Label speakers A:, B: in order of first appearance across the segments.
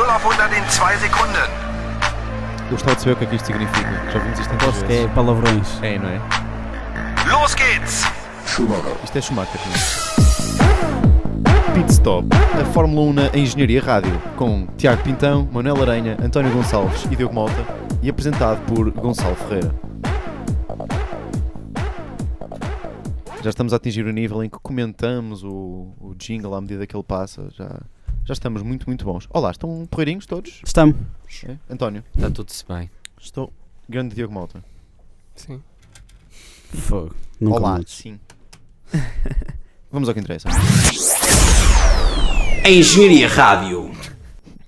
A: in zwei Sekunden.
B: Gostava de saber o que é que isto significa. Já vimos isto tantas
C: Posso que
B: vezes.
C: é palavrões.
B: É, não é?
A: Los geht's!
B: Isto é Schumacher. não é? Pit Stop. A Fórmula 1 na Engenharia Rádio. Com Tiago Pintão, Manuel Aranha, António Gonçalves e Diogo Mota. E apresentado por Gonçalo Ferreira. Já estamos a atingir o nível em que comentamos o, o jingle à medida que ele passa. Já, já estamos muito, muito bons. Olá, estão porreirinhos todos?
C: Estamos.
B: É? António,
D: Está tudo-se bem.
B: estou. Grande Diogo Mota.
E: Sim.
C: Fogo. Nunca
B: Olá,
C: mais.
B: sim. Vamos ao que interessa.
F: Engenharia Rádio.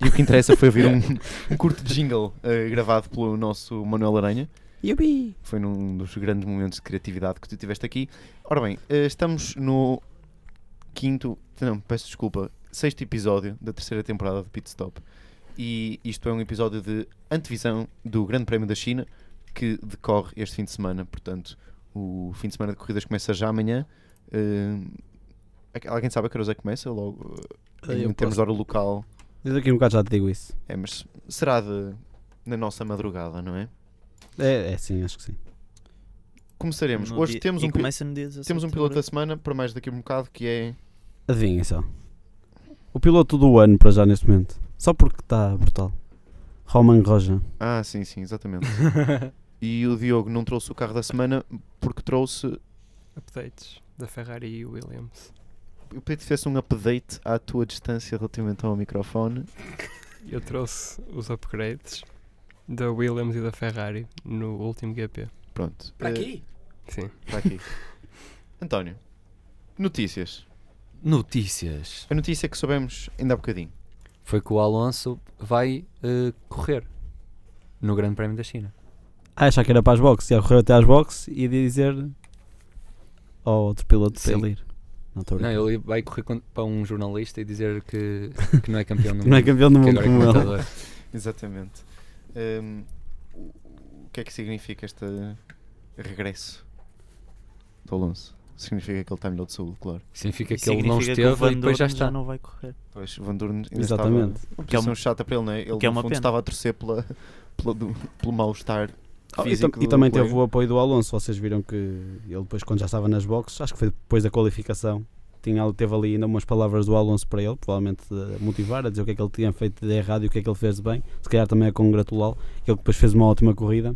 B: E o que interessa foi ouvir um, um curto jingle eh, gravado pelo nosso Manuel Aranha.
C: Yubi.
B: Foi num dos grandes momentos de criatividade que tu tiveste aqui. Ora bem, eh, estamos no quinto, não, peço desculpa, sexto episódio da terceira temporada de Pit Stop. E isto é um episódio de antevisão do Grande Prémio da China que decorre este fim de semana. Portanto, o fim de semana de corridas começa já amanhã. Eh, alguém sabe a que horas é que começa? Logo, eh,
E: Eu
B: em termos de hora local.
C: Eu daqui a um bocado já te digo isso.
B: É, mas será de, na nossa madrugada, não é?
C: É, é sim, acho que sim.
B: Começaremos.
D: No
B: Hoje
D: dia-
B: temos
D: e
B: um, pi-
D: começa no dia 17
B: temos um
D: de
B: piloto da
D: fevereiro.
B: semana, para mais daqui a um bocado, que é.
C: Adivinhem só. O piloto do ano para já neste momento. Só porque está brutal. Roman Roja.
B: Ah, sim, sim, exatamente. e o Diogo não trouxe o carro da semana porque trouxe.
E: Updates da Ferrari e Williams.
B: Eu pedi que fizesse um update à tua distância relativamente ao microfone.
E: Eu trouxe os upgrades da Williams e da Ferrari no último GP.
B: Pronto.
F: Para
B: eh,
F: aqui?
E: Sim.
B: para aqui. António, notícias.
D: Notícias.
B: A notícia que soubemos ainda há bocadinho.
D: Foi que o Alonso vai eh, correr no Grande Prémio da China.
C: Ah, achar que era para as boxes. Ia correr até às boxes e ia dizer ao outro piloto para
D: Sim.
C: ele ir. Não, estou a
D: Não,
C: brincar.
D: ele vai correr con- para um jornalista e dizer que, que não é campeão do mundo.
C: Não é campeão do
D: que
C: mundo
D: agora é
C: como ele.
D: comentador.
B: Exatamente. Hum, o o que é que significa este regresso do Alonso? Significa que ele está melhor de saúde, claro.
D: Significa que ele
G: Significa
D: não
G: que o
D: esteve
G: Van
D: e depois já
G: Doorn
D: está.
G: não vai correr.
B: Pois, Van Dorn ainda
C: Exatamente.
B: estava... Uma
G: Que é
B: posição
G: uma-
B: chata para ele, não é? Ele,
G: que é
B: no
G: uma
B: fundo,
G: pena.
B: estava a torcer pela, pela, do- pelo mal-estar
D: Ah,
C: Oh, e,
B: físico
C: tam-
B: do
C: e também
B: colega.
C: teve o apoio do Alonso. Vocês viram que ele depois, quando já estava nas boxes, acho que foi depois da qualificação, tinha, ali- teve ali ainda umas palavras do Alonso para ele, provavelmente a motivar, a dizer o que é que ele tinha feito de errado e o que é que ele fez de bem. Se calhar também a congratulá-lo. Ele depois fez uma ótima corrida.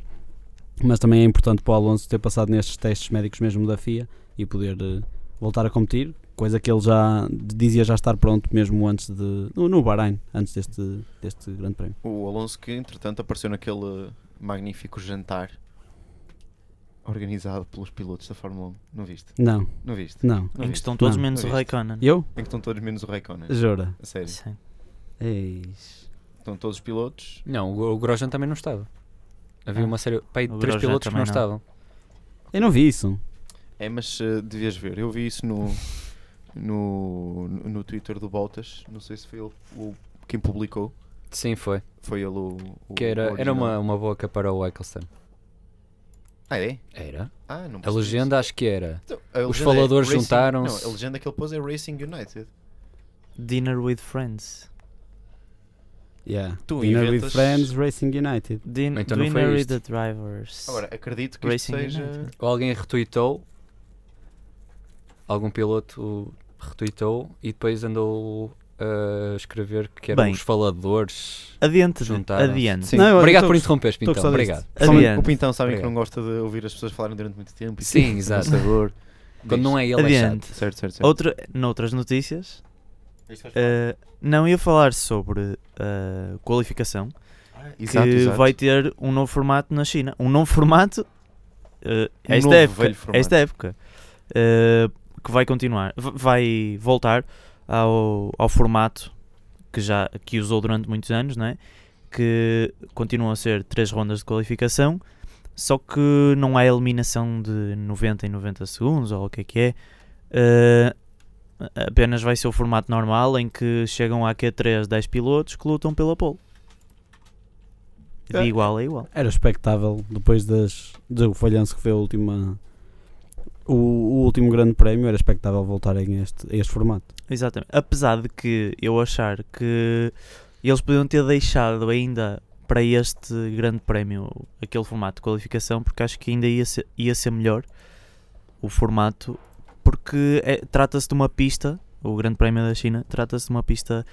C: Mas também é importante para o Alonso ter passado nestes testes médicos mesmo da FIA e poder eh, voltar a competir, coisa que ele já dizia já estar pronto mesmo antes de. no, no Bahrein, antes deste, deste Grande Prémio.
B: O Alonso que, entretanto, apareceu naquele magnífico jantar organizado pelos pilotos da Fórmula 1. Não viste?
C: Não,
B: Não viste?
C: não.
B: Não
G: Em que
B: viste?
G: estão
D: Ah,
G: todos
C: Não,
G: menos
B: não
G: o
B: viste.
G: Raikkonen.
C: Eu?
B: Em que estão todos menos o Raikkonen.
C: Jura. É
B: A sério.
G: Sim.
C: Eis.
B: Estão todos os pilotos.
D: Não, o, o Grosjean também não estava. Havia
G: Ah,
D: uma série. Pai,
G: o
D: três
G: Grosjean
D: pilotos que não,
G: também não.
D: estavam.
C: Eu não vi isso.
B: É, mas eh, devias ver. Eu vi isso no, no, no no Twitter do Bottas. Não sei se foi ele o, quem publicou.
D: Sim, foi.
B: Foi ele o. o-
D: Que era,
B: o
D: era
B: original.
D: uma, uma boca para o Eccleston.
B: Ah, é?
D: Era?
B: Ah, não
D: A
B: percebi isso.
D: legenda acho que era.
B: Então, a
D: Os
B: legenda é
D: faladores
B: Racing-
D: juntaram-se.
B: Não, a legenda que ele pôs é Racing United.
G: Dinner with Friends.
C: Yeah.
B: Tu
C: Dinner
B: inventas-
C: with Friends Racing United.
G: Din
D: Então não foi
G: dinner with the
D: isto.
G: Drivers.
B: Agora, acredito que
G: Racing
B: isto seja.
G: United.
D: Ou alguém retweetou. Algum piloto retweetou e depois andou eh, a escrever que eram
G: Bem.
D: os faladores.
G: Adiante,
D: Juntaram-se.
G: adiante.
B: Sim.
C: Não, eu-
D: Obrigado
C: eu tô-
D: por interromperes,
C: tô a
D: Pintão.
C: gostar disto.
D: Obrigado.
B: Somente
G: Adiante.
B: O Pintão sabem que
D: Obrigado.
B: não gosta de ouvir as pessoas falarem durante muito tempo. e
D: é. Sim,
B: tudo,
D: exato.
B: por favor.
D: Quando não é ele, é chato.
G: Adiante.
B: Certo, certo, certo.
G: Outra, noutras notícias, eh, não ia falar sobre a qualificação
B: exato,
G: que
B: exato.
G: vai ter um novo formato na China. Um novo formato, eh,
B: Um
G: esta,
B: novo
G: época, é
B: velho formato.
G: esta época, eh, que vai continuar, v- vai voltar ao, ao formato que já que usou durante muitos anos, não é? que continuam a ser três rondas de qualificação, só que não há eliminação de 90 em 90 segundos, ou o que é que é. Eh, apenas vai ser o formato normal em que chegam a Q3 10 pilotos que lutam pela pole. De
C: É.
G: igual a igual.
C: Era expectável depois das, do falhanço que foi a última. O, o último grande prémio era expectável voltarem a este, a este formato.
G: Exatamente. Apesar de que eu achar que E eles podiam ter deixado ainda para este grande prémio aquele formato de qualificação, porque acho que ainda ia ser, ia ser melhor o formato, porque é- trata-se de uma pista, o grande prémio da China, trata-se de uma pista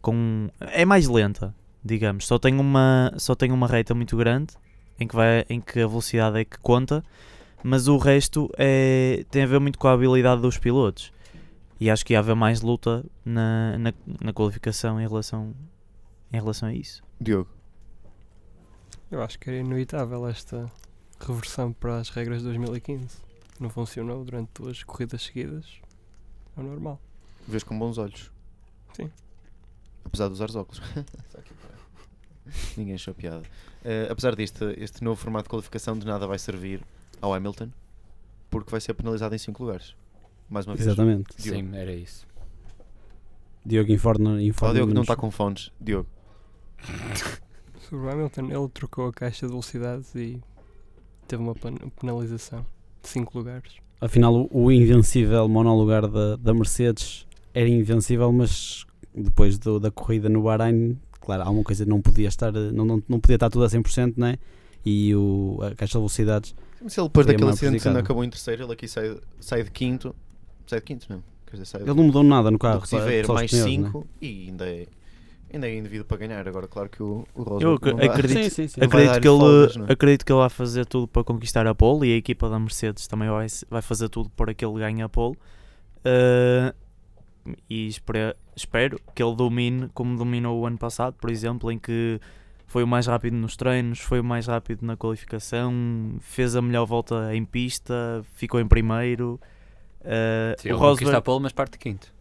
G: com... é mais lenta, digamos, só tem uma, só tem uma reta muito grande, em que, vai, em que a velocidade é que conta, mas o resto é, tem a ver muito com a habilidade dos pilotos. E acho que ia haver mais luta na, na, na qualificação em relação, em relação a isso.
B: Diogo,
E: Eu acho que era inevitável esta reversão para as regras de 2015. Não funcionou durante duas corridas seguidas. É o normal.
B: vês com bons olhos.
E: Sim.
B: Apesar de usar os óculos. Ninguém achou piada. Eh, apesar disto, este novo formato de qualificação de nada vai servir ao Hamilton, porque vai ser penalizado em 5 lugares. Mais uma vez.
C: Exatamente.
B: Diogo.
D: Sim, era isso.
C: Diogo informa.
B: Ó,
C: informa
B: Diogo não está com fones. Diogo,
E: Sobre o Hamilton, ele trocou a caixa de velocidades e teve uma pen- penalização de 5 lugares.
C: Afinal, o- o invencível monolugar da, da Mercedes era invencível, mas depois do- da corrida no Bahrein, claro, alguma coisa não podia estar, eh, não, não, não podia estar tudo a 100%, né? E o, a caixa de velocidades
B: se ele depois
C: Foi
B: daquele
C: mal
B: acidente ainda
C: prejudicado.
B: acabou em terceiro, ele aqui sai, sai de quinto. Sai de quinto mesmo. Quer dizer, sai
C: Ele não mudou nada no carro,
B: do que
C: só-
B: tiver
C: só os
B: mais
C: pneus, né?
B: 5 e ainda é, ainda é indivíduo para ganhar. Agora, claro que o, o Rosberg
G: Eu
B: não
G: ac-
B: dá.
C: né?
G: acredito-
C: Sim, sim, sim.
B: Vai
G: Acredito
B: dar-lhe
G: que, ele,
B: folgas, não é?
G: acredito que ele vai fazer tudo para conquistar a pole e a equipa da Mercedes também vai, se- vai fazer tudo para que ele ganhe a pole. Ah, e espero, espero que ele domine como dominou o ano passado, por exemplo, em que foi o mais rápido nos treinos, foi o mais rápido na qualificação, fez a melhor volta em pista, ficou em primeiro. Ah,
D: Sim,
G: o
D: ele conquista a
G: Rosberg,
D: pole, mas parte de quinto.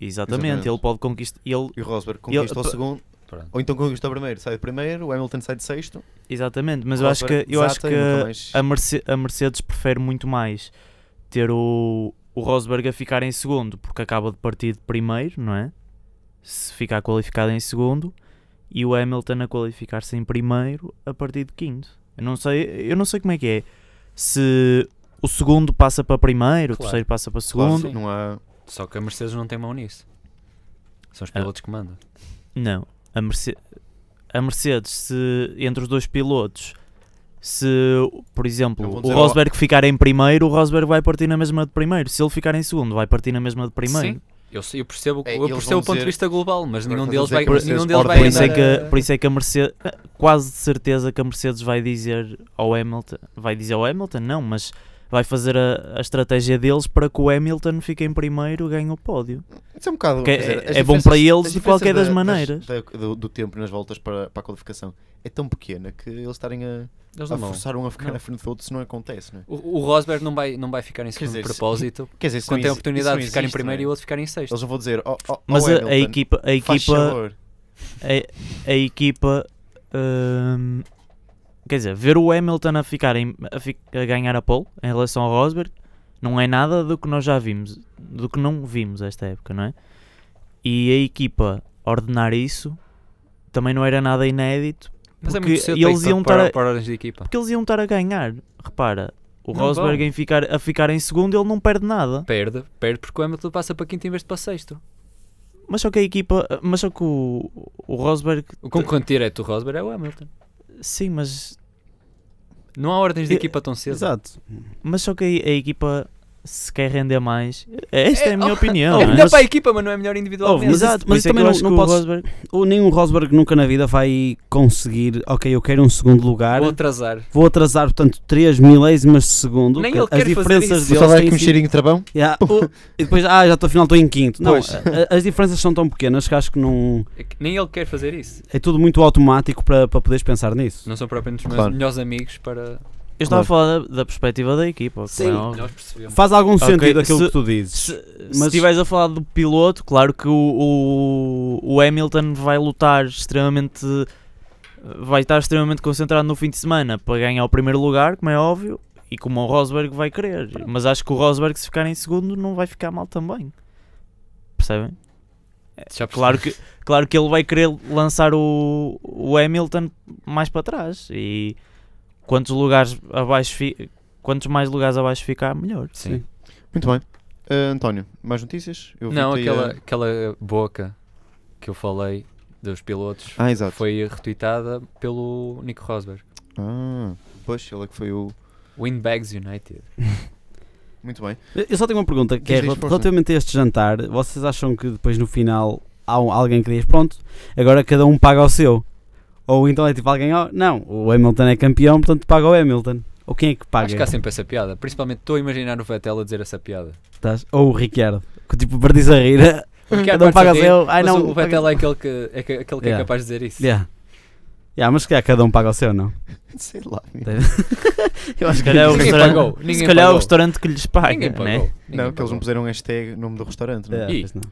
G: exatamente,
B: Exatamente.
G: ele pode conquistar. Ele,
B: E o Rosberg conquista o
G: pa-
B: segundo,
D: Pronto.
B: ou então conquista o primeiro, sai de primeiro, o Hamilton sai de sexto.
G: exatamente, mas eu acho que,
B: Rosberg
G: eu acho
B: desata e nunca
G: que
B: mais-
G: a, Merce- a Mercedes prefere muito mais ter o, o Rosberg a ficar em segundo, porque acaba de partir de primeiro, não é? Se ficar qualificado em segundo, e o Hamilton a qualificar-se em primeiro a partir de quinto. Eu não sei, eu não sei como é que é. Se o segundo passa para primeiro, o
D: Claro.
G: terceiro passa para
B: Claro,
G: segundo.
D: sim.
B: não há.
D: Só que a Mercedes não tem mão nisso. São os
G: Ah.
D: pilotos que mandam.
G: Não. A, Merce a Mercedes, se entre os dois pilotos, se,
B: Eu vou
G: por exemplo, o
B: dizer ao-
G: Rosberg ficar em primeiro, o Rosberg vai partir na mesma de primeiro. Se ele ficar em segundo, vai partir na mesma de primeiro.
D: Sim, eu, sei- eu percebo,
B: É,
D: eu
B: eles
D: percebo
B: vão
D: o ponto
B: dizer-
D: de vista global, mas
B: Agora estás a
D: nenhum deles
B: dizer
D: vai.
B: que a Mercedes
D: Nenhum deles vai
G: Por isso, é
D: andar
G: que,
D: a-
G: por isso é que a Mercedes, quase de certeza que a Mercedes vai dizer ao Hamilton, vai dizer ao Hamilton, não, mas vai fazer a, a estratégia deles para que o Hamilton fique em primeiro e ganhe o pódio.
B: Isso é um bocado.
G: Que
B: quer
G: é-
B: dizer, as
G: é bom
B: diferenças-
G: para eles
B: as
G: de qualquer das
B: diferenças
G: maneiras.
B: da- do, do tempo nas voltas para, para a qualificação é tão pequena que eles estarem a,
D: Eles
B: a
D: não vão.
B: forçar um a ficar
D: Não.
B: à frente do outro, isso não acontece, não é?
D: O, o Rosberg não vai, não vai ficar em segundo
B: dizer,
D: de
B: se-
D: propósito
B: Quer dizer, isso
D: quando
B: não
D: tem a
B: exi-
D: oportunidade de
B: isso
D: ficar
B: não
D: em
B: existe,
D: primeiro
B: não é?
D: e o outro ficar em sexto.
B: Eles não vão dizer, oh, oh, oh,
G: Mas a,
B: Hamilton,
G: a equipa, a
B: faz
G: equipa,
B: favor.
G: a, a equipa hum, quer dizer, ver o Hamilton a, ficar em- a, fi- a ganhar a pole em relação ao Rosberg não é nada do que nós já vimos, do que não vimos esta época, não é? E a equipa ordenar isso também não era nada inédito
D: Mas é
G: porque
D: muito cedo
G: eles
D: para-
G: iam
D: para,
G: estar a-
D: para ordens de equipa.
G: porque eles iam estar a ganhar. Repara, o
D: Não
G: Rosberg
D: vão.
G: em ficar, a ficar em segundo ele não perde nada,
D: Perde, perde porque o Hamilton passa para quinto em vez de para sexto.
G: mas só que a equipa, mas só que o, o Rosberg,
D: O concorrente direto do Rosberg é o Hamilton.
G: sim, mas
D: Não há ordens de
G: Eu-
D: equipa tão cedo.
C: Exato.
G: Mas só que a, a equipa se quer render mais. Esta é, a minha
D: oh,
G: opinião.
D: É
G: não é?
D: melhor para a equipa, mas não é melhor individualmente.
C: mas
G: Exato,
C: isso-
G: mas
C: mas
G: isso
C: também
G: também eu
C: não-
G: acho
C: não
G: que o
C: podes-
G: Rosberg.
C: Ou nenhum Rosberg nunca na vida vai conseguir, ok, eu quero um segundo lugar,
D: Vou atrasar.
C: vou atrasar, portanto, 3 milésimas de segundo.
D: Nem
C: que
D: ele
C: as
D: quer fazer
C: diferenças
D: isso.
B: Só
C: deles
B: vai
C: têm
B: com um
C: sido-
B: cheirinho de travão?
C: Yeah, o- e depois, ah, já estou afinal estou em quinto. Não,
B: Pois.
C: a- a- as diferenças são tão pequenas que acho que não.
D: É que Nem ele quer fazer isso.
C: É tudo muito automático para, para poderes pensar nisso.
D: Não são propriamente os meus
B: Claro.
D: melhores amigos para.
G: Eu estava
C: Claro.
G: a falar da, da perspectiva da equipa.
C: Sim.
G: como é óbvio.
D: Nós percebemos.
C: Faz algum
G: Ok,
C: sentido aquilo
G: se-
C: que tu dizes.
G: Se, se
C: Mas-
G: estiveres a falar do piloto, claro que o, o, o Hamilton vai lutar extremamente. Vai estar extremamente concentrado no fim de semana para ganhar o primeiro lugar, como é óbvio, e como o Rosberg vai querer. Mas acho que o Rosberg, se ficar em segundo, não vai ficar mal também. Percebem?
D: Já percebemos.
G: Claro que, claro que ele vai querer lançar o, o Hamilton mais para trás e quantos lugares abaixo fi- quantos mais lugares abaixo ficar, melhor.
D: Sim.
B: Muito bem. Ah, António, mais Uh, notícias? Eu vi
D: Não,
B: que ia-
D: aquela, aquela boca que eu falei dos pilotos
B: Ah, exato.
D: foi retweetada pelo Nico Rosberg.
B: Ah, pois, ele é que foi o.
D: Windbags United.
B: Muito bem.
C: Eu eu só tenho uma pergunta, que
B: Diz,
C: é
B: diz,
C: rel-
B: força.
C: relativamente a este jantar, vocês acham que depois no final há um- alguém que diz, pronto, agora cada um paga o seu? Ou então é tipo alguém, "Oh, não, o Hamilton é campeão, portanto paga o Hamilton. Ou quem é que paga?
D: Acho que há sempre essa piada. Principalmente estou a imaginar o Vettel a dizer essa piada.
C: Estás- Ou o Ricciardo, que tipo perdiz a rir,
D: O Ricciardo
C: cada um
D: parte
C: paga o
D: a rir,
C: seu, ai
D: mas
C: não.
D: o Vettel é aquele que é, que- aquele que
C: Yeah.
D: é capaz de dizer isso.
C: Yeah. Yeah, mas se calhar cada um paga o seu, não?
B: Sei lá.
C: Eu acho
G: Se
C: que
G: calhar, é o
D: Ninguém
G: restaurante,
D: pagou, ninguém
G: se calhar é o
D: pagou.
G: restaurante que lhes paga,
D: Ninguém pagou.
G: né?
D: Ninguém
B: não, que eles
D: pagou.
B: não puseram hashtag nome do restaurante. não é?
C: Yeah,
D: E-
C: pois não.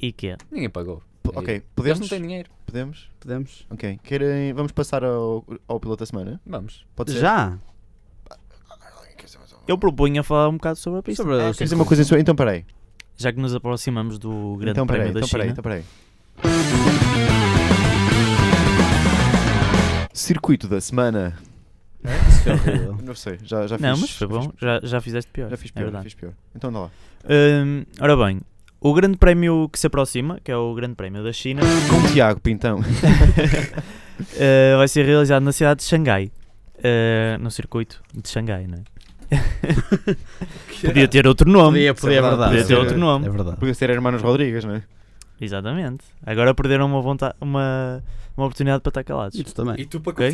G: E que é?
D: Ninguém pagou.
B: P- Ok, podemos?
D: Eles não têm dinheiro.
B: Podemos?
C: Podemos?
B: Ok. Querem... Vamos passar ao, ao piloto da semana?
D: Vamos.
B: Pode ser?
C: Já?
G: Eu propunha falar um bocado sobre a pista.
C: Sobre-
B: Quer dizer uma coisa em sua- Então peraí.
G: Já que nos aproximamos do Grande
B: Então peraí,
G: Prémio da
B: então peraí,
G: China.
B: então peraí. Circuito da semana.
C: Isso
B: é
C: foi horrível.
B: Não sei, já, então, já fiz.
G: Então, não, mas foi
B: já
G: bom,
B: fiz-
G: já, já fizeste pior.
B: Já fiz
G: é
B: pior, já
G: verdade.
B: fiz pior. Então anda lá.
G: Hum, ora bem, o Grande Prémio que se aproxima, que é o Grande Prémio da China,
B: Com o Tiago Pintão.
G: eh, vai ser realizado na cidade de Xangai. eh, no circuito de Xangai, não é? Podia ter outro nome.
C: Podia, podia, é verdade.
G: Podia ter outro nome.
C: É verdade.
B: Podia ser Hermanos Rodrigues, não é?
G: Exatamente. Agora perderam uma, vonta- uma, uma oportunidade para estar calados.
C: E tu também.
D: tu para
G: Ok.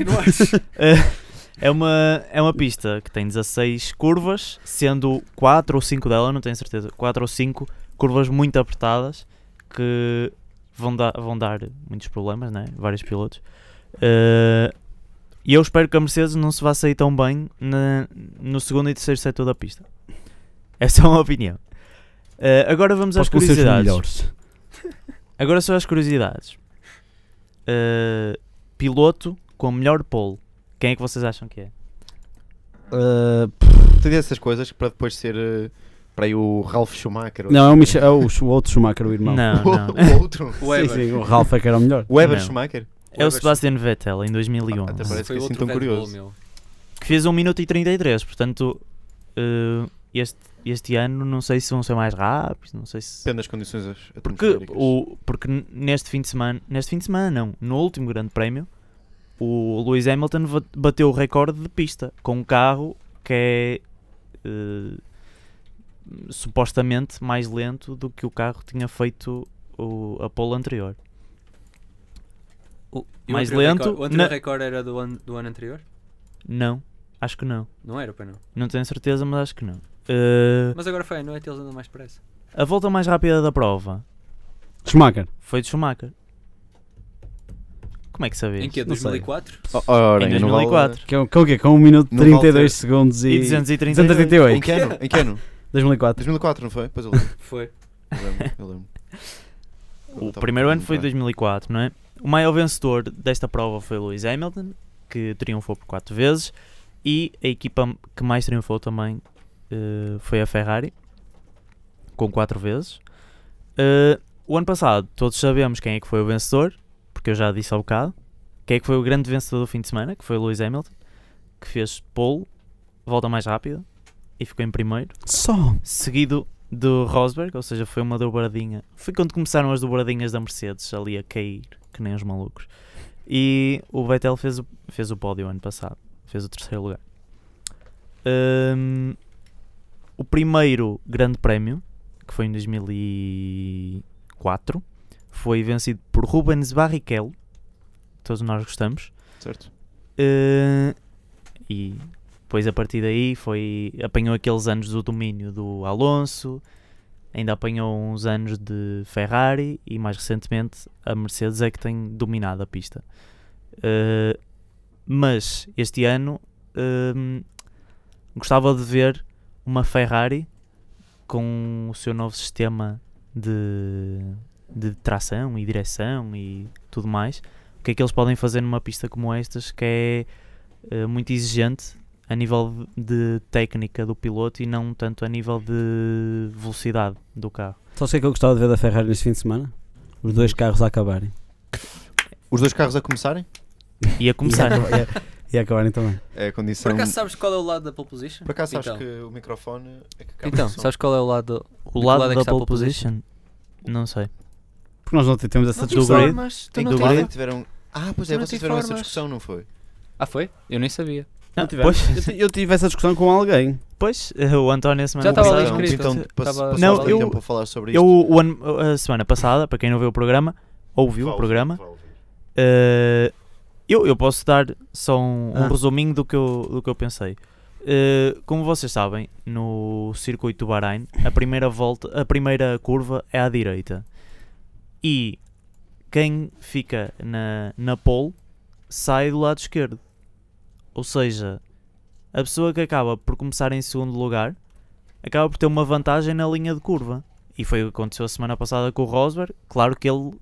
G: É uma, é uma pista que tem 16 curvas, sendo 4 ou 5 dela, não tenho certeza, 4 ou 5 curvas muito apertadas que vão, dar vão dar muitos problemas, né? Vários pilotos. Eh, e eu espero que a Mercedes não se vá sair tão bem na- no segundo e terceiro setor da pista. É só uma opinião. Eh, agora vamos às
C: Posso conhecer os
G: curiosidades.
C: melhores.
G: Agora só as curiosidades. Eh, piloto com a melhor pole. Quem é que vocês acham que é?
C: Ah,
B: Tu dizes essas coisas para depois ser. eh, Para aí o Ralph Schumacher. ou-
C: Não, é o, Michel, é o, Sch- o outro Schumacher, o irmão.
G: Não,
B: O,
G: não.
B: o outro.
D: O Weber.
C: Sim, sim, o Ralf é que era o melhor.
B: O Weber
G: Não.
B: Schumacher.
G: É o
B: Weber
G: Sebastian Vettel em 2011
B: Até parece
D: Foi
B: que é assim
D: outro
B: tão
D: Red Bull,
B: curioso.
D: meu.
G: que fez 1 minuto e 33, portanto eh, este, este ano não sei se vão ser mais rápidos, não sei se
B: Depende das condições
G: porque,
B: atmosféricas.
G: o, porque n- neste fim de semana, neste fim de semana não, no último grande prémio o Lewis Hamilton va- bateu o recorde de pista com um carro que é eh, supostamente mais lento do que o carro tinha feito o, a pole anterior. O-
D: E o
G: mais
D: anterior
G: lento?
D: recorde- O anterior
G: na-
D: recorde era do ano, do ano anterior?
G: Não, acho que não.
D: Não era, para não.
G: Não tenho certeza, mas acho que não. Eh,
D: Mas agora foi à noite e eles andam mais depressa.
G: a volta mais rápida da prova
C: Schumacher.
G: foi de Schumacher. Como é que sabias?
D: Em que?
C: Não sei.
D: 2004?
B: Oh, Ora,
G: em
B: não vale-
G: 2004.
C: Que é, o- que é o quê? Com 1 minuto
B: Não
C: 32
B: vale ter-
C: segundos e...
G: E 232.
B: Em
C: 238.
B: que ano? Em que ano?
C: 2004.
B: 2004, não foi? Pois eu lembro.
D: Foi.
B: Eu lembro, eu lembro.
G: O
B: Tá
G: primeiro
B: bom,
G: ano foi
B: tá.
G: 2004, não é? O maior vencedor desta prova foi Lewis Hamilton, que triunfou por 4 vezes, e a equipa que mais triunfou também eh, foi a Ferrari, com 4 vezes. Eh, o ano passado, todos sabemos quem é que foi o vencedor, porque eu já disse há bocado, quem é que foi o grande vencedor do fim de semana, que foi o Lewis Hamilton, que fez pole, volta mais rápida, e ficou em primeiro
C: Só.
G: seguido do Rosberg, ou seja, foi uma dobradinha. Foi quando começaram as dobradinhas da Mercedes ali a cair, que nem os malucos. E o Vettel fez o, fez o pódio ano passado, fez o terceiro lugar. Hum, o primeiro grande prémio, que foi em 2004, foi vencido por Rubens Barrichello, todos nós gostamos.
B: Certo.
G: Eh, e depois a partir daí foi apanhou aqueles anos do domínio do Alonso, ainda apanhou uns anos de Ferrari e mais recentemente a Mercedes é que tem dominado a pista. Eh, mas este ano ehm, gostava de ver uma Ferrari com o seu novo sistema de, de tração e direção e tudo mais. O que é que eles podem fazer numa pista como estas que é eh, muito exigente a nível de de técnica do piloto e não tanto a nível de velocidade do carro.
C: Só sei que eu gostava de ver da Ferrari neste fim de semana. Os dois carros a acabarem.
B: Os dois carros a começarem?
G: E a começar.
C: E a, acaba- e a acabarem também.
B: É a
D: Por
B: condição.
D: acaso sabes qual é o lado da pole position?
B: Por acaso
D: então,
B: sabes que o microfone é que acaba
D: Então,
B: o som.
D: sabes qual é o lado...
G: O
D: que
G: lado
D: lado é que
G: da
D: está a
G: pole
D: pole position?
G: position? Não sei.
C: Porque nós não temos essa
D: Não
G: tive do
D: tive
C: discussão.
G: grid.
D: formas, tu
G: Tem
D: não
G: do
D: tens-
G: grid.
B: tiveram. Ah, pois
D: Tu
B: é,
D: não
B: vocês
D: tens
B: tiveram essa
D: formas.
B: discussão, não foi?
D: Ah, foi? Eu nem sabia.
G: Não,
C: tivemos. Eu, ti- eu tive essa discussão com alguém.
G: Pois, eh, o António a semana
D: Já estava ali
B: Então,
G: passada-
D: escrito.
B: Então, pass-
D: Estava-
B: passaste
G: Não,
B: algum
G: eu-
B: tempo a falar sobre
G: Eu,
B: isto.
G: o ano- a semana passada, para quem não viu o programa, ouviu o programa, eh, eu, eu posso dar só um, um
C: Ah.
G: resuminho do que eu, do que eu pensei. Eh, como vocês sabem, no circuito do Bahrein, a primeira volta, a primeira curva é à direita. E quem fica na, na pole sai do lado esquerdo. Ou seja, a pessoa que acaba por começar em segundo lugar acaba por ter uma vantagem na linha de curva. E foi o que aconteceu a semana passada com o Rosberg. Claro que ele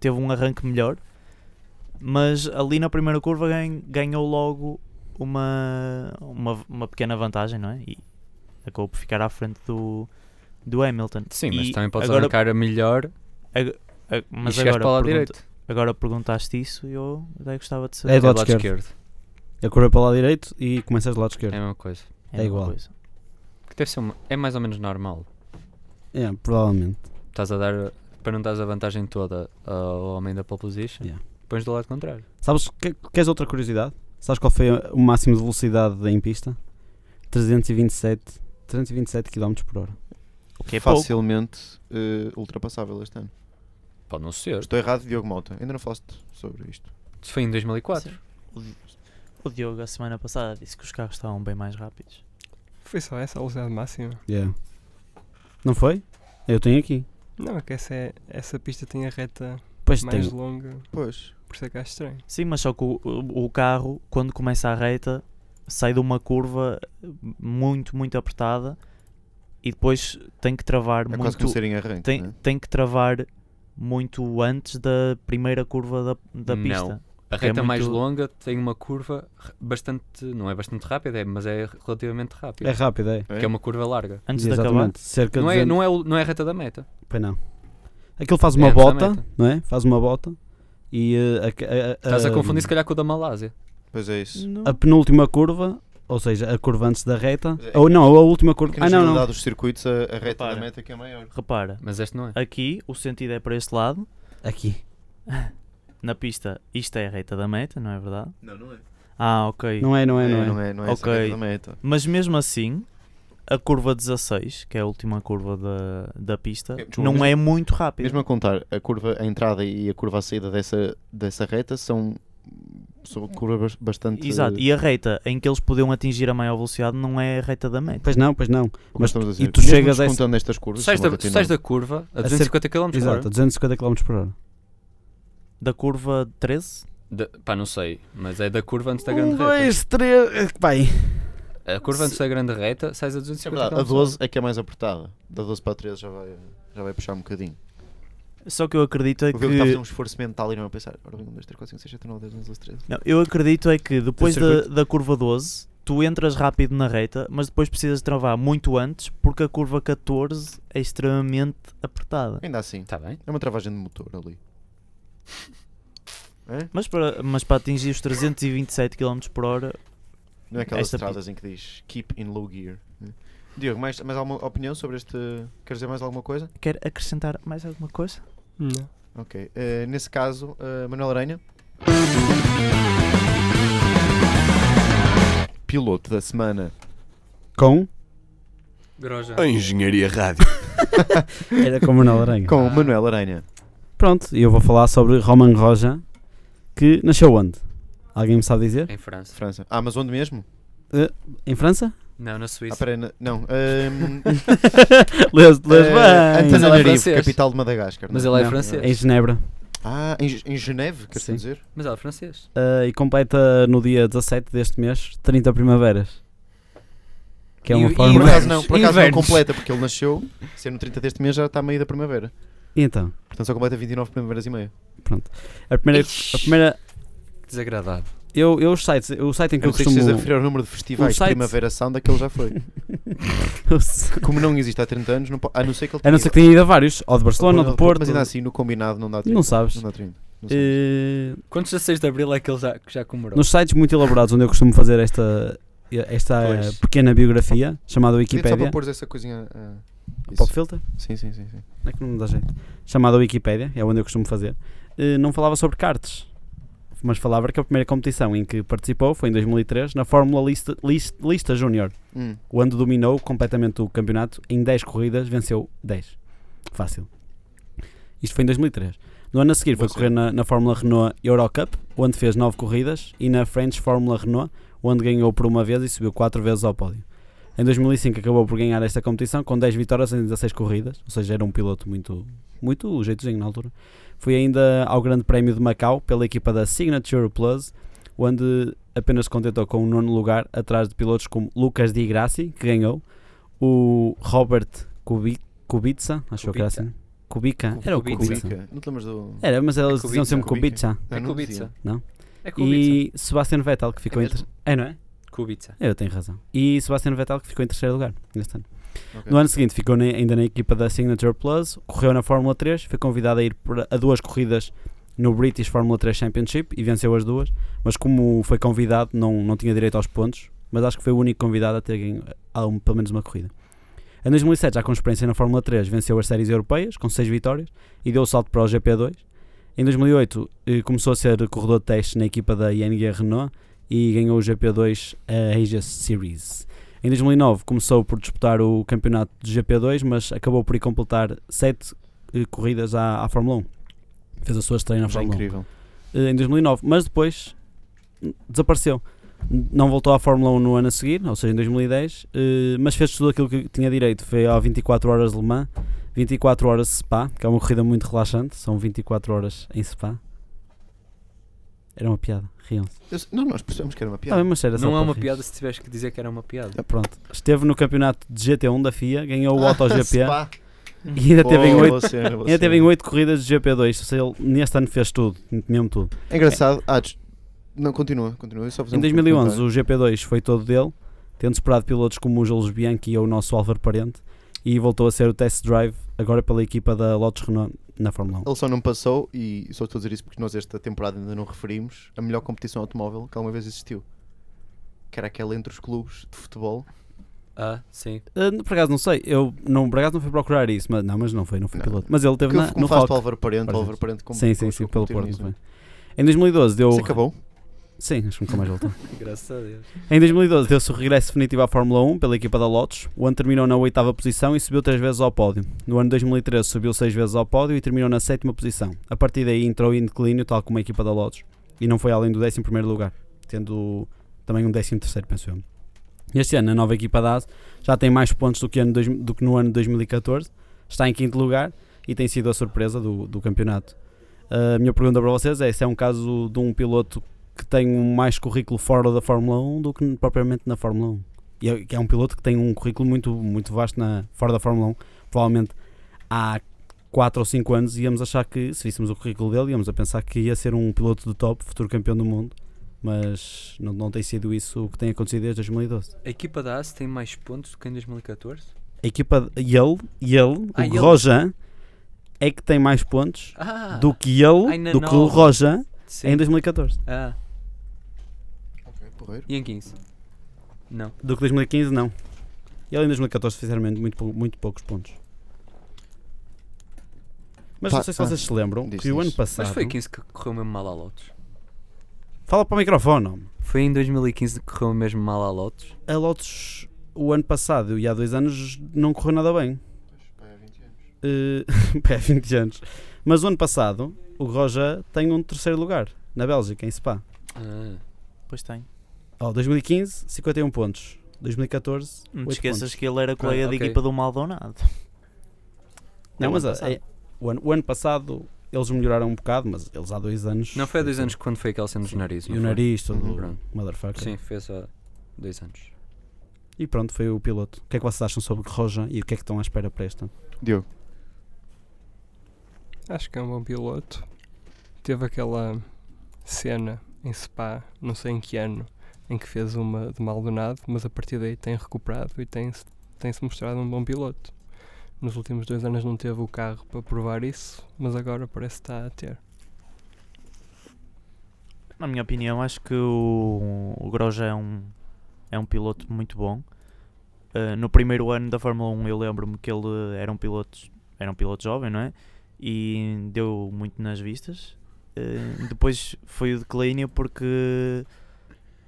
G: teve um arranque melhor, mas ali na primeira curva gan- ganhou logo uma, uma, uma pequena vantagem, não é? E acabou por ficar à frente do, do Hamilton.
D: Sim, mas
G: E
D: também podes
G: agora-
D: arrancar a melhor
G: Ah, Mas
D: e chegares
G: agora,
D: para lá
G: pergunta-
D: direito.
G: agora perguntaste isso e eu até gostava de
C: É
G: saber.
C: do lado esquerdo. Eu corri para o lado direito e começas do lado
D: É a
C: esquerdo.
D: mesma coisa.
G: a mesma
C: igual.
G: coisa.
D: Que deve ser uma- é mais ou menos normal.
C: É, provavelmente.
D: Estás a dar. Para não dares a vantagem toda ao homem da pole position,
C: Yeah.
D: pões do lado contrário.
C: Sabes, que, queres outra curiosidade? Sabes qual foi o máximo de velocidade em pista? 327, 327 km por hora.
G: O que é pouco.
B: Facilmente eh, ultrapassável este ano.
D: Pode não ser.
B: Estou errado, Diogo Mota. Ainda não falaste sobre isto.
D: Isso foi em 2004.
G: O Diogo, a semana passada, disse que os carros estavam bem mais rápidos.
E: Foi só essa a velocidade máxima?
C: Yeah. Não foi? Eu tenho aqui.
E: Não, é que essa, é, essa pista tem a reta
C: Pois
E: mais
C: tem.
E: longa,
B: Pois.
E: por isso é que acho estranho.
G: Sim, mas só que o, o- o carro, quando começa a reta, sai de uma curva muito, muito apertada e depois tem que travar
B: É quase como
G: muito.
B: serem arranque.
G: Tem,
B: né?
G: tem que travar muito antes da primeira curva da, da
D: Não.
G: pista.
D: A
G: que é
D: reta mais
G: muito-
D: longa tem uma curva r- bastante. Não é bastante rápida, é, mas é relativamente rápida.
C: É rápido, é.
D: Porque é uma curva larga.
G: Antes de acabar.
C: Exatamente. Cerca
D: Não
C: de
D: é,
C: 200
D: não, é, o- não é a reta da meta.
C: Pois não. Aquilo faz uma
D: É,
C: bota,
D: exatamente.
C: não é? Faz uma bota e eh, a, a- a-
D: Estás a
C: a-
D: confundir se calhar com o da Malásia.
B: Pois é isso.
G: Não.
C: a penúltima curva, ou seja, a curva antes da reta,
B: Mas é-
C: ou não, ou a última curva.
B: Porque na
C: Ah, não,
B: generalidade
C: não.
B: dos circuitos a, a reta
G: Repara.
B: da meta que é maior.
G: Repara,
D: Mas este não é.
G: aqui o sentido é para este lado.
C: Aqui.
G: Na pista, isto é a reta da meta, não é verdade?
B: Não, não é.
G: Ah, ok.
C: Não é, não é,
B: Não
C: não
B: é,
C: é.
B: não é, não é essa
G: Ok.
B: reta da meta.
G: Mas mesmo assim, a curva 16, que é a última curva da, da pista,
B: É, desculpa,
G: não
B: mesmo-
G: é muito rápida.
B: Mesmo a contar, a curva, a entrada e a curva à saída dessa, dessa reta são, são curvas bastante.
G: Exato, e a reta em que eles podiam atingir a maior velocidade não é a reta da meta.
C: Pois não, pois não.
B: como
C: mas
B: estamos a
C: tu-
B: dizer.
C: e tu
B: Mesmo
C: chegas a esse-
B: descontando estas
D: Tu
B: curvas.
D: sais,
B: são
D: da,
B: uma
D: tu
B: reta
D: sais
B: enorme.
D: da curva a
C: A
D: 250 km por hora.
C: Exato, a 250 km por hora.
G: Da curva 13?
D: Da- pá, não sei, mas é da curva antes da grande
C: Um,
D: reta.
C: dois, três. Bem,
D: A curva antes da grande reta sais a
B: Isso é
D: 250
B: verdade,
D: km.
B: A 12 é que é mais apertada. Da 12 para a 13 já vai, já vai puxar um bocadinho.
G: Só que eu acredito é
B: Porque eu estava a fazer
G: que.
B: um esforço mental e não a pensar. Ora, 1, 2, 3, 4, 5, 6, 7, 9, 10, 11, 12, 13.
G: Não, eu acredito é que depois
B: Do
G: da,
B: um circuito.
G: da curva 12, tu entras rápido na reta, mas depois precisas travar muito antes porque a curva 14 é extremamente apertada.
B: Ainda assim,
D: Está Tá bem.
B: é uma travagem de motor ali. É?
G: Mas para, mas para atingir os 327 km por hora,
B: Não é aquelas
G: Esta pi-
B: estradas em que diz keep in low gear. né? Diogo, mais, mais alguma opinião sobre este. Queres dizer mais alguma coisa?
G: quer acrescentar mais alguma coisa?
E: Não.
B: Ok. Eh, nesse caso, eh, Manuel Aranha. Piloto da semana.
C: com.
D: Groja.
A: A Engenharia Rádio.
C: Era com o Manuel Aranha.
B: Com o Manuel Aranha.
C: Pronto, e eu vou falar sobre Roman Roja, que nasceu onde? Alguém me sabe dizer?
D: Em França.
B: França. Ah, mas onde mesmo?
C: Em França?
D: Não, na
B: Ah,
D: Suíça.
B: peraí, na- não. ehm,
C: Lês,
B: eh,
C: lês bem.
D: Mas ele é
B: Antananarivo,
D: francês.
B: capital de Madagascar.
D: mas
B: não é?
D: ele é
C: Não,
D: francês.
C: Em Genebra.
B: Ah, em, Ge- em Geneve, quer
C: Sim.
B: dizer?
D: Mas ele é francês.
C: Ah, e completa no dia 17 deste mês 30 primaveras. Que é
D: E-
C: uma
D: e
B: Por
C: forma.
D: Invernos,
B: acaso não, por acaso não
D: invernos.
B: completa, porque ele nasceu, sendo 30 deste mês, já está a meio da primavera.
C: E então,
B: Portanto, só completa 29 primaveras e meia.
C: a primeira. A primeira
D: Que desagradável.
C: eu, eu, os sites, o site em que
B: Eu
C: eu,
B: não sei se
C: costumo.
B: precisas referir ao número de festivais
C: um site-
B: de Primavera Sound, aquele já foi.
C: o site-
B: Como não existe há 30 anos, não po- a não ser que ele
C: a não ser que tenha ido a vários, ou de Barcelona, ou do Porto.
B: Mas ainda assim, no combinado não dá 30.
C: Não sabes.
B: Não dá 30. Não sabes.
C: Eh,
D: Quantos a 6 de Abril é que ele já, que já comemorou?
C: nos sites muito elaborados onde eu costumo fazer esta, esta
B: Pois.
C: pequena biografia, chamada
B: Pedi-te Só para
C: Wikipédia.
B: pôres essa coisinha. ah, Isso.
C: Pop Filter,
B: Sim, sim, sim. sim.
C: é que não me dá jeito. Chamada Wikipédia, é onde eu costumo fazer. Eh, não falava sobre karts, mas falava que a primeira competição em que participou foi em 2003 na Fórmula Lista, Lis- Lista Júnior,
B: Hum.
C: onde dominou completamente o campeonato em 10 corridas, venceu 10. Fácil. Isto foi em 2003. No ano a seguir foi
B: Você.
C: correr na, na Fórmula Renault Eurocup, onde fez 9 corridas, e na French Fórmula Renault, onde ganhou por uma vez e subiu 4 vezes ao pódio. Em 2005 acabou por ganhar esta competição com 10 vitórias em 16 corridas, ou seja, era um piloto muito, muito jeitozinho na altura. Foi ainda ao Grande Prémio de Macau pela equipa da Signature Plus, onde apenas se contentou com o nono lugar, atrás de pilotos como Lucas Di Grassi, que ganhou, o Robert Kubi- Kubica, acho eu que era
D: Kubica.
C: assim. Kubica, era o
D: Kubica.
C: Kubica.
B: Kubica. Não te lembras do.
C: Era, mas elas
D: É
C: diziam sempre
B: Kubica.
C: Kubica.
B: Não,
D: É
B: não
D: Kubica.
B: dizia.
C: Não?
D: É Kubica.
C: E Sebastian Vettel, que ficou
B: É
C: em ter...
B: mesmo?
C: É, não é?
D: Kubica.
C: Eu tenho razão. E Sebastian Vettel, que ficou em terceiro lugar neste ano.
B: Ok.
C: No ano seguinte ficou na- ainda na equipa da Signature Plus, correu na Fórmula 3, foi convidado a ir por- a duas corridas no British Fórmula 3 Championship e venceu as duas, mas como foi convidado não, não tinha direito aos pontos, mas acho que foi o único convidado a ter ganho a um- pelo menos uma corrida. Em 2007, já com experiência na Fórmula 3, venceu as séries europeias com 6 vitórias e deu o salto para o GP2. Em 2008, eh, começou a ser corredor de teste na equipa da ING Renault e ganhou o GP2 a eh, Asia Series. Em 2009 começou por disputar o campeonato de GP2, mas acabou por ir completar 7 corridas à, à Fórmula 1. Fez a sua estreia na
B: Já é
C: Fórmula 1
B: incrível.
C: eh, em 2009, mas depois hum, desapareceu. N- Não voltou à Fórmula 1 no ano a seguir, ou seja, em 2010, eh, mas fez tudo aquilo que tinha direito. Foi ao 24 horas de Le Mans, 24 horas de Spa, que é uma corrida muito relaxante, são 24 horas em Spa. Era uma piada, riam-se.
B: Eu sei- Não, nós percebemos que era uma
C: Tá bem,
B: piada.
C: mas era só
D: Não é
C: para
D: uma
C: rir.
D: piada se tiveres que dizer que era uma piada.
C: Ah, Pronto, esteve no campeonato de GT1 da FIA, ganhou o AutoGP
B: Ah, Spa.
C: e ainda teve em
B: Boa,
C: 8
B: boa cena, boa
C: ainda teve em
B: cena.
C: oito corridas de GP2, ou seja, ele neste ano fez tudo, mesmo tudo.
B: É engraçado. Ah, des- não, continua, continua. Eu só vou fazer
C: Em
B: um
C: 2011
B: comentário.
C: o GP2 foi todo dele, tendo superado pilotos como o Jules Bianchi ou o nosso Álvaro Parente, e voltou a ser o test drive agora pela equipa da Lotus Renault na Fórmula 1.
B: Ele só não passou, e só estou a dizer isso porque nós esta temporada ainda não referimos, a melhor competição automóvel que alguma vez existiu. Que era aquela entre os clubes de futebol.
D: Ah, sim.
C: Ah, por acaso não sei, eu não, por acaso não fui procurar isso, mas não, mas não foi, não foi
B: Não.
C: piloto. Mas ele teve
B: Que
C: na,
B: como
C: no
B: faz
C: Rock.
B: para o Álvaro Parente, o
C: Parece.
B: Álvaro Parente como
C: Sim, sim,
B: como
C: sim,
B: chegou
C: pelo
B: a competir
C: Porto.
B: nisso,
C: muito
B: não é?
C: bem. Em 2012 deu.
B: Isso acabou?
C: Sim, acho que nunca mais voltou.
D: Graças a Deus.
C: Em 2012 deu-se o regresso definitivo à Fórmula 1 pela equipa da Lotus, onde terminou na oitava posição e subiu três vezes ao pódio. No ano 2013 subiu seis vezes ao pódio e terminou na sétima posição. A partir daí entrou em declínio, tal como a equipa da Lotus, e não foi além do 11 primeiro lugar, tendo também um 13 terceiro, penso eu. Este ano, a nova equipa da AS já tem mais pontos do que, ano dois- do que no ano 2014, está em quinto lugar e tem sido a surpresa do, do campeonato. A minha pergunta para vocês é se é um caso de um piloto que tem um mais currículo fora da Fórmula 1 do que propriamente na Fórmula 1. E é, que é um piloto que tem um currículo muito, muito vasto na, fora da Fórmula 1. Provavelmente há 4 ou 5 anos íamos achar que, se víssemos o currículo dele, íamos a pensar que ia ser um piloto do top, futuro campeão do mundo. Mas não, não tem sido isso o que tem acontecido desde 2012.
D: A equipa da AS tem mais pontos do que em 2014?
C: A equipa, de- e ele, e ele o
D: Ah, ele.
C: Rojan, é que tem mais pontos
D: Ah!
C: do que ele,
D: ai, na
C: do que o
D: nova.
C: Rojan
D: sim.
C: em 2014.
D: Ah,
B: Porreiro.
D: e em 15? Não.
C: Do que 2015, não. Ele em 2014 fizeram muito, muito, pou- muito poucos pontos. Mas
B: Pá,
C: não sei se
B: ah,
C: vocês se lembram
B: diz,
C: que o
B: diz.
C: ano passado.
D: Mas foi em 15 que correu mesmo mal à Lotus.
C: Fala para o microfone. homem.
D: Foi em 2015 que correu mesmo mal à Lotus.
C: A Lotus, o ano passado e há dois anos, não correu nada bem. Eh, Pá, há 20 anos. Mas o ano passado, o Roja tem um terceiro lugar na Bélgica, em Spa.
D: Ah,
G: Pois tem.
C: Oh, 2015, 51 pontos. 2014,
G: Não te
C: 8
G: esqueças
C: pontos.
G: que ele era colega
C: Ah,
G: da
D: ok.
G: equipa do Maldonado.
C: Não,
D: um
G: o
C: mas
G: ano
C: a-
G: passado.
C: é- o, ano, o ano passado eles melhoraram um bocado, mas eles há dois anos.
D: não foi há dois anos quando foi aquela cena dos narizes.
C: E
D: não
C: o
D: foi?
C: nariz, todo
D: Uhum, pronto.
C: motherfucker.
D: Sim, fez há dois anos.
C: E pronto, foi o piloto. O que é que vocês acham sobre Rojan e o que é que estão à espera para este ano?
B: Diogo.
E: Acho que é um bom piloto. Teve aquela cena em Spa, não sei em que ano, em que fez uma de Maldonado, mas a partir daí tem recuperado e tem-se tem-se mostrado um bom piloto. Nos últimos dois anos não teve o carro para provar isso, mas agora parece que está a ter.
G: Na minha opinião, acho que o, o Grosjean é um, é um piloto muito bom. eh, no primeiro ano da Fórmula 1 eu lembro-me que ele era um piloto, era um piloto jovem, não é? E deu muito nas vistas. Eh, depois foi o declínio porque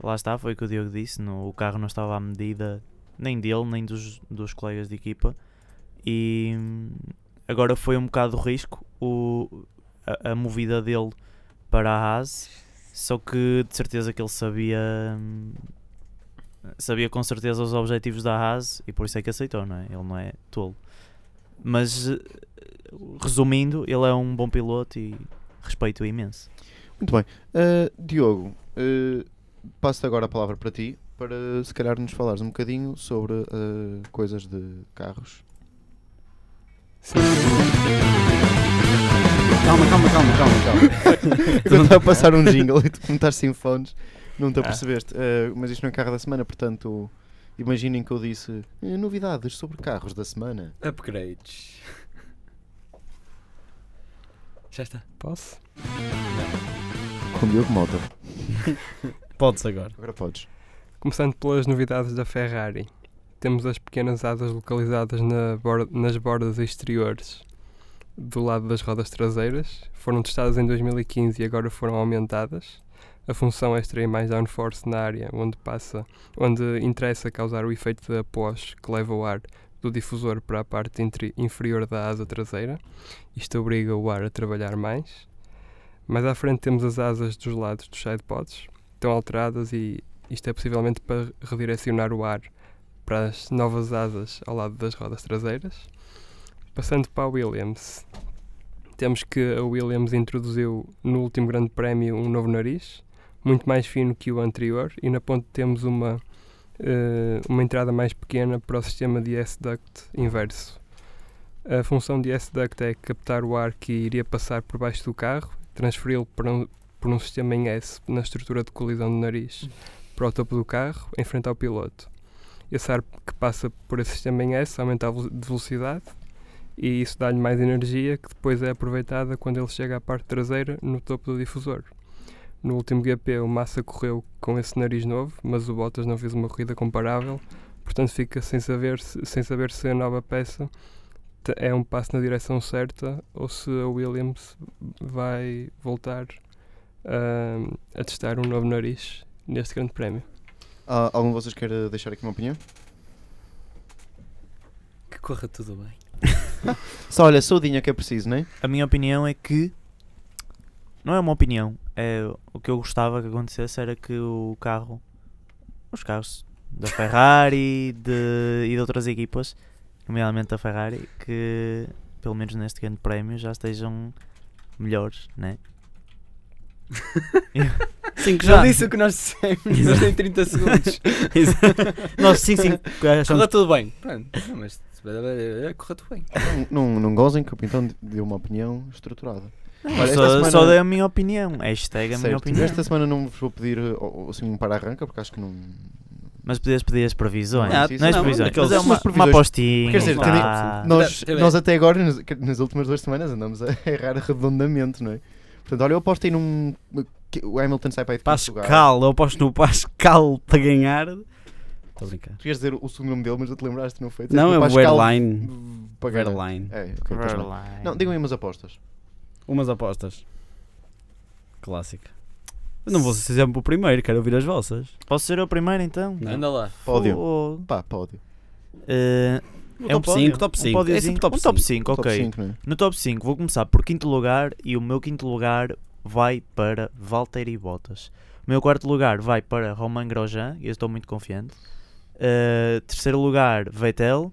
G: lá está, foi o que o Diogo disse, no, o carro não estava à medida nem dele, nem dos, dos colegas de equipa. E hum, agora foi um bocado risco o, a, a movida dele para a Haas, só que de certeza que ele sabia hum, sabia com certeza os objetivos da Haas e por isso é que aceitou, não é? Ele não é tolo. Mas eh, resumindo, ele é um bom piloto e respeito imenso.
B: Muito bem. Ah, Diogo, ah, passo-te agora a palavra para ti, para se calhar nos falares um bocadinho sobre ah, coisas de carros.
E: Sim, sim.
C: Calma, calma, calma, calma, calma.
B: Eu não estava a passar um jingle e tu como estás sem fones, não te
D: Ah.
B: apercebeste. Ah, mas isto não é carro da semana, portanto, imaginem que eu disse "Eh, novidades sobre carros da semana.
F: Upgrades. Já está.
E: Posso?
B: Com Diogo Mota.
C: Podes agora.
B: Agora podes.
E: Começando pelas novidades da Ferrari. Temos as pequenas asas localizadas na bor- nas bordas exteriores do lado das rodas traseiras. Foram testadas em 2015 e agora foram aumentadas. A função é extrair mais downforce na área onde passa, onde interessa causar o efeito de após que leva o ar do difusor para a parte interi- inferior da asa traseira. Isto obriga o ar a trabalhar mais. Mais à frente temos as asas dos lados dos sidepods. Estão alteradas e isto é possivelmente para redirecionar o ar para as novas asas ao lado das rodas traseiras. Passando para a Williams, temos que a Williams introduziu no último Grande Prémio um novo nariz, muito mais fino que o anterior, e na ponte temos uma, eh, uma entrada mais pequena para o sistema de S-duct inverso. A função de S-duct é captar o ar que iria passar por baixo do carro, transferi-lo para um- por um sistema em S na estrutura de colisão do nariz para o topo do carro em frente ao piloto. Esse ar que passa por esse sistema em S aumenta a velo- de velocidade e isso dá-lhe mais energia que depois é aproveitada quando ele chega à parte traseira no topo do difusor. No último GP o Massa correu com esse nariz novo, mas o Bottas não fez uma corrida comparável, portanto fica sem saber se, sem saber se a nova peça te- é um passo na direção certa ou se a Williams vai voltar ah, a testar um novo nariz neste grande prémio.
B: Ah, algum de vocês quer eh, deixar aqui uma opinião?
F: Que corra tudo bem.
B: Só olha, saudinha que é preciso, não é?
G: A minha opinião é que não é uma opinião, é o que eu gostava que acontecesse era que o carro, os carros da Ferrari de- e de outras equipas, nomeadamente da Ferrari, que pelo menos neste grande prémio já estejam melhores, né?
F: Sim,
G: que
F: já
G: já.
F: disse o que nós dissemos. Nós tem 30 segundos.
G: Nós sim, sim, achamos
F: corra tudo bem. Pronto. Não, mas corra tudo bem.
B: Não, não, não gozem que o Pintão de- deu uma opinião estruturada. Olha, esta
G: só,
B: semana-
G: só dei a minha opinião. Hashtag é a minha
B: Certo.
G: opinião.
B: Esta semana não vos vou pedir eh, o- assim, um para-arranca, porque acho que não.
G: Mas podias pedir as previsões.
B: Ah,
G: Não,
B: isso
G: é as
B: não,
G: previsões.
B: aqueles-
G: Mas é uma,
B: umas previsões.
G: uma apostinha.
B: Quer dizer,
G: pá.
F: terem-
B: Nós,
F: Tá, tá bem.
B: nós até agora, nas, que- nas últimas duas semanas, andamos a errar redondamente, não é? Portanto, olha, eu aposto aí num. que O Hamilton sai para aí de quinto lugar.
C: Pascal, eu aposto no Pascal para ganhar. Estou a brincar.
B: Tu ias dizer o segundo nome dele, mas não te lembraste, não foi? Dizeste
C: Não,
B: que
C: é o
B: Pascal
C: Airline.
B: para ganhar.
C: Airline.
B: É, ok, estás bem.
G: Caroline.
B: Não, digam aí umas apostas.
C: Umas apostas. Clássica. Eu não vou ser sempre o primeiro, quero ouvir as vossas.
G: Posso ser o primeiro então?
C: Não.
F: Anda lá.
B: Pódio.
G: Fogo.
B: Pá, pódio. Um
G: Eh,
C: É um top 5, top 5.
G: pódiozinho.
C: é sempre top
G: Um
C: 5.
G: top 5,
B: Top
G: ok.
B: cinco, não é?
G: No top 5 vou começar por quinto lugar e o meu quinto lugar vai para Valtteri Bottas. O meu quarto lugar vai para Romain Grosjean e eu estou muito confiante. Eh, terceiro lugar, Vettel.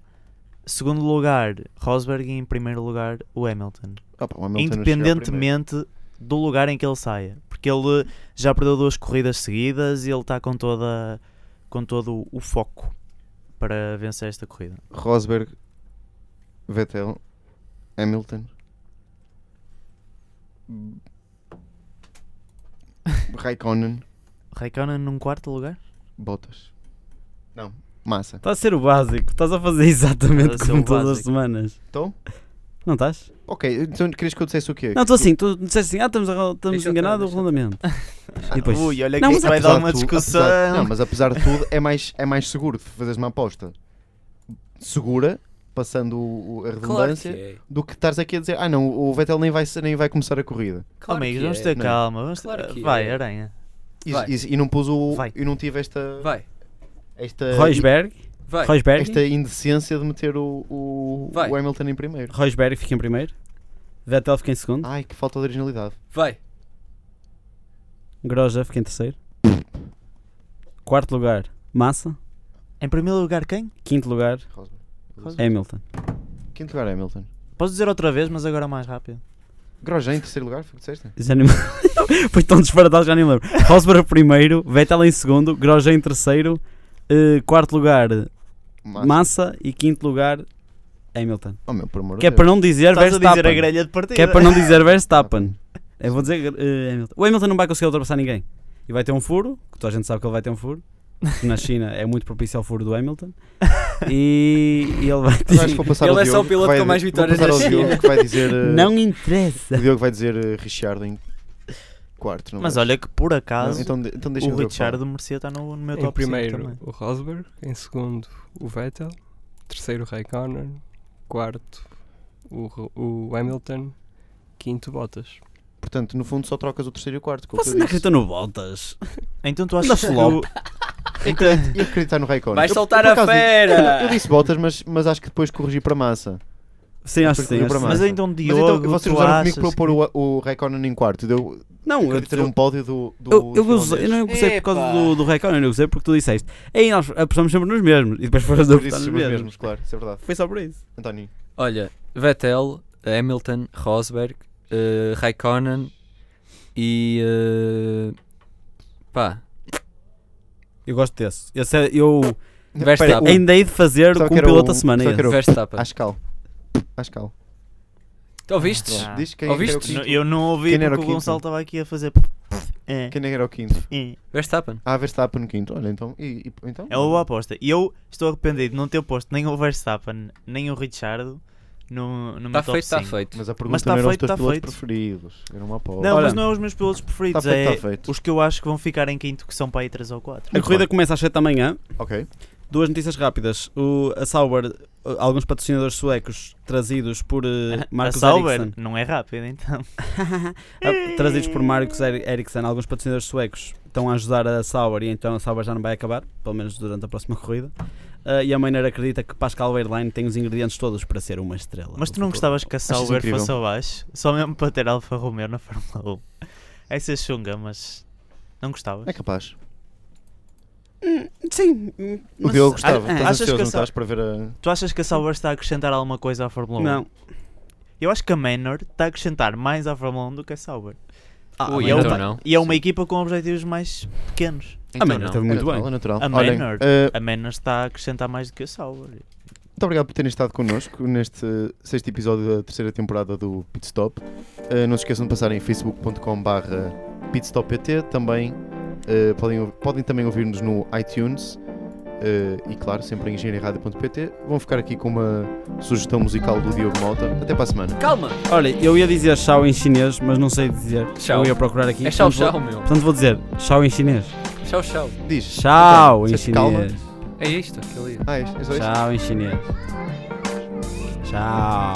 G: Segundo lugar, Rosberg e em primeiro lugar, o Hamilton.
B: Ah, pá, o Hamilton não chega ao primeiro.
G: independentemente do lugar em que ele saia, porque ele já perdeu duas corridas seguidas e ele está com toda com todo o foco para vencer esta corrida.
B: Rosberg, Vettel, Hamilton, Raikkonen,
G: Raikkonen num quarto lugar?
B: Bottas. Não, Massa.
C: Está Tá a ser o básico, estás a fazer exatamente
G: Estás a ser
C: como
G: o
C: todas as
G: básico.
C: semanas.
B: Então?
C: Não estás?
B: Ok, então querias que eu dissesse o quê?
C: Não, estou assim, tu disseste assim, ah, estamos, a- estamos
F: Deixa eu
C: enganados o
F: estar,
C: rondamento. E depois,
G: Ui, olha
C: Não,
G: que
C: mas
G: isso vai
B: Apesar
G: dar
B: de
G: uma
B: tu-
G: discussão.
B: apesar- não, mas apesar de tudo, é mais, é mais seguro de fazeres uma aposta. segura, passando o- o- a
F: Claro que
B: redundância,
F: é.
B: do que estares aqui a dizer, ah não, o Vettel nem vai, ser- nem vai começar a corrida.
F: Claro
G: Amigos,
F: que
G: vamos
F: é.
G: ter
B: Não.
G: calma. Vamos ter-
F: Claro que
G: Vai,
F: é.
G: aranha.
B: E,
F: Vai.
B: e- e não pus o.
G: Vai.
B: Eu não tive esta.
F: Vai,
B: Esta,
C: Rosberg,
F: vai.
C: Rosberg,
B: É, esta indecência de meter o, o,
F: Vai.
B: o Hamilton em primeiro.
C: Rosberg fica em primeiro, Vettel fica em
G: Uhum.
C: segundo,
B: Ai, que falta de originalidade.
F: Vai.
C: Groja fica em terceiro, quarto lugar Massa,
G: Em primeiro lugar, quem?
C: quinto lugar
B: Rosberg.
C: Hamilton.
G: É.
B: Quinto lugar, Hamilton.
G: Posso dizer outra vez, mas agora mais rápido.
B: Grosjean em terceiro lugar, foi o que disseste?
C: Já nem... Foi tão disparatado, já nem me lembro. Rosberg primeiro, Vettel em segundo, Groja em terceiro, eh, quarto lugar
B: Massa.
C: Massa e quinto lugar Hamilton.
B: Oh meu, por amor de
C: Que é
B: Deus.
C: para não dizer
G: Estás a dizer a
C: Verstappen.
G: grelha de partida.
C: Que é para não dizer Verstappen. Eu vou dizer eh, Hamilton. O Hamilton não vai conseguir ultrapassar ninguém. E vai ter um furo, que toda a gente sabe que ele vai ter um furo. que Na China é muito propício ao furo do Hamilton. E, e ele
B: Agora
C: vai
B: acho que
C: ter.
B: vou passar
F: Ele
B: ao
F: é só o
B: Diogo, que
F: piloto
B: vai-
F: com mais
B: vou
F: vitórias
B: passar
F: da
B: ao
F: China.
B: Diogo, que vai dizer, eh,
C: Não interessa.
B: O Diogo vai dizer eh, Richard em quarto. Não
G: Mas
B: vai?
G: olha que por acaso
B: Não, então, de- então deixa
G: o
B: o Diogo
G: Richard
B: falar.
G: de Mercedes está no, no meu
E: Em
G: top 5
E: primeiro
G: também.
E: o Rosberg, em segundo o Vettel, terceiro o Raikkonen, quarto o, Ro- o Hamilton, quinto Bottas.
B: Portanto, no fundo só trocas o terceiro e o quarto. com o que
C: Vocês
B: eu
C: não
B: disse.
C: acreditam no Bottas?
G: Então tu achas
C: Na
G: que
C: flop.
G: o-
B: E acredito- e acreditar no Raikkonen.
F: Vai
B: Eu-
F: saltar
B: eu por
F: a
B: acaso
F: fera.
B: disse- Eu disse botas, mas, mas acho que depois corrigi para massa.
C: Sim, acho que sim.
B: Mas
C: acho que
G: Mas
C: sim.
B: Massa.
G: então
B: Mas
G: Diogo,
B: então vocês
G: tu
B: usaram
G: achas
B: comigo para eu pôr o, o Raikkonen em quarto. Deu,
C: Não, eu,
B: eu ter um pódio do. do
C: eu, eu, gozei-
B: finlandês.
C: eu não gozei por causa
F: Epá.
C: do, do Recon, eu gozei porque tu disseste. Ei, nós apostamos sempre nos mesmos. E depois foram
B: Por
C: apostar
B: isso,
C: nos
B: somos
C: mesmos.
B: mesmos, claro, isso é verdade.
C: Foi só por isso.
B: António,
F: Olha, Vettel, Hamilton, Rosberg, eh, Raikkonen e. eh, pá,
C: Eu gosto desse. Esse é- eu
F: Verstappen.
C: ainda hei de fazer
B: Só
C: com
B: que
C: um
B: era
C: piloto
B: o-
C: a semana.
B: só que
C: esse.
B: era o-
F: Verstappen.
B: Ascal. Ascal.
F: Tu ouviste?
G: Ah.
B: Diz quem é
F: Ouviste?
B: Era o
G: Não,
B: quinto.
G: Eu não ouvi
B: Quem era
G: porque o
B: o quinto?
G: Gonçalo estava aqui a fazer. É,
B: Quem era o quinto?
G: é.
F: Verstappen.
B: Ah, Verstappen no quinto. Olha, então. E, e, então?
G: É uma boa aposta. E eu estou arrependido de não ter posto nem o Verstappen, nem o Richardo no, no meu
F: Está
G: top
F: Tá feito, está
G: 5.
F: feito.
B: Mas a pergunta
G: Mas tá
B: não eram os
G: feito,
B: teus
G: tá
B: pilotos
G: feito.
B: preferidos. Era uma aposta.
G: Não,
C: Olha,
G: mas não é os meus pilotos preferidos.
B: Está tá feito,
G: é
B: está feito. É
G: os que eu acho que vão ficar em quinto, que são para aí 3 ou 4.
C: A corrida começa às 7 da manhã.
B: Ok.
C: Duas notícias rápidas. O, a Sauber, uh, alguns patrocinadores suecos trazidos por uh, Marcos
G: a Sauber
C: Ericsson.
G: não é rápida, então.
C: Ah, trazidos por Marcos Eri- Ericsson, alguns patrocinadores suecos estão a ajudar a Sauber e então a Sauber já não vai acabar, pelo menos durante a próxima corrida. Ah, e a Mainer acredita que Pascal Wehrlein tem os ingredientes todos para ser uma estrela.
G: Mas
C: do
G: tu não
C: futebol.
G: gostavas que a Sauber
B: incrível.
G: fosse abaixo? Só mesmo para ter Alfa Romeo na Fórmula 1. Essa é chunga, mas não gostavas.
B: É capaz.
C: Sim. hum,
B: O
C: mas-
B: Diogo gostava. então.
C: Ah,
B: Estás
G: achas que
B: ansioso,
G: eu
B: não
G: sa-
B: estás para ver a.
G: Tu achas que a Sauber está a acrescentar alguma coisa à Fórmula 1?
C: Não.
G: Eu acho que a Manor está a acrescentar mais à Fórmula 1 do que a Sauber.
C: Ah,
F: Ui,
G: e, é
C: mas-
F: então
G: uma,
F: não.
G: e é uma equipa com objetivos mais pequenos.
D: Então
F: não.
C: a Mainer esteve
B: É
C: muito
B: natural,
C: bem.
B: É natural.
G: A
B: Olhem,
G: Maynard.
B: eh,
G: A Manor está a acrescentar mais do que a Sauber.
B: muito obrigado por terem estado connosco neste sexto episódio da terceira temporada do Pit Stop. Eh, não se esqueçam de passar em facebook.com/barra pitstoppt. Também eh, podem, ouv- podem também ouvir-nos no iTunes. eh, e claro, sempre em engenharia-rádio.pt. Vão ficar aqui com uma sugestão musical do Diogo Mota. Até para a semana.
F: Calma!
C: Olha, eu ia dizer tchau em chinês, mas não sei dizer.
F: Tchau.
C: Eu ia procurar aqui.
F: É tchau,
C: portanto,
F: tchau, meu.
C: Vou, portanto, vou dizer tchau em chinês.
F: Tchau, tchau.
B: Diz.
C: Tchau em
B: disseste calma?
C: chinês.
F: É isto, aquele.
B: Ah, é, é só isto?
C: Tchau em chinês. Tchau.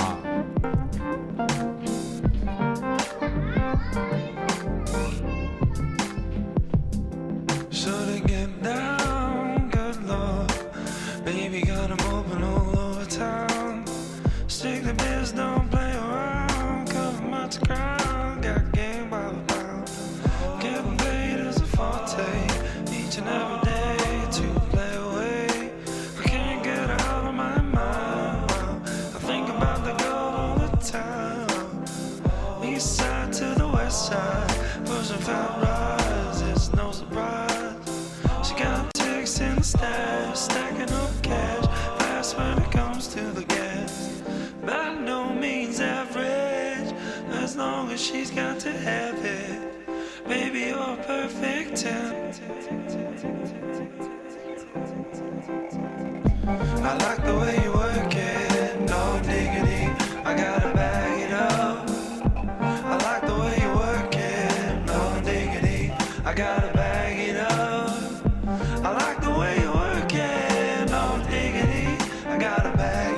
H: Should've get down, good love. Baby, got 'em open all over town. Stick the biz, don't play around. Cover much ground, got game by the pound. Getting paid is a forte. Each and every day to play away. I can't get her out of my mind. I think about the girl all the time. East side to the west side, pushing fat rise, it's no surprise. She got ticks in the stash, stacking up cash, fast when it comes to the gas. By no means average, as long as she's got to have it. Baby, you're a perfect 10. I like the way you work it, no diggity. I gotta bag it up. I like the way you work it, no diggity. I gotta bag it up. I like the way you work it, no diggity. I gotta back.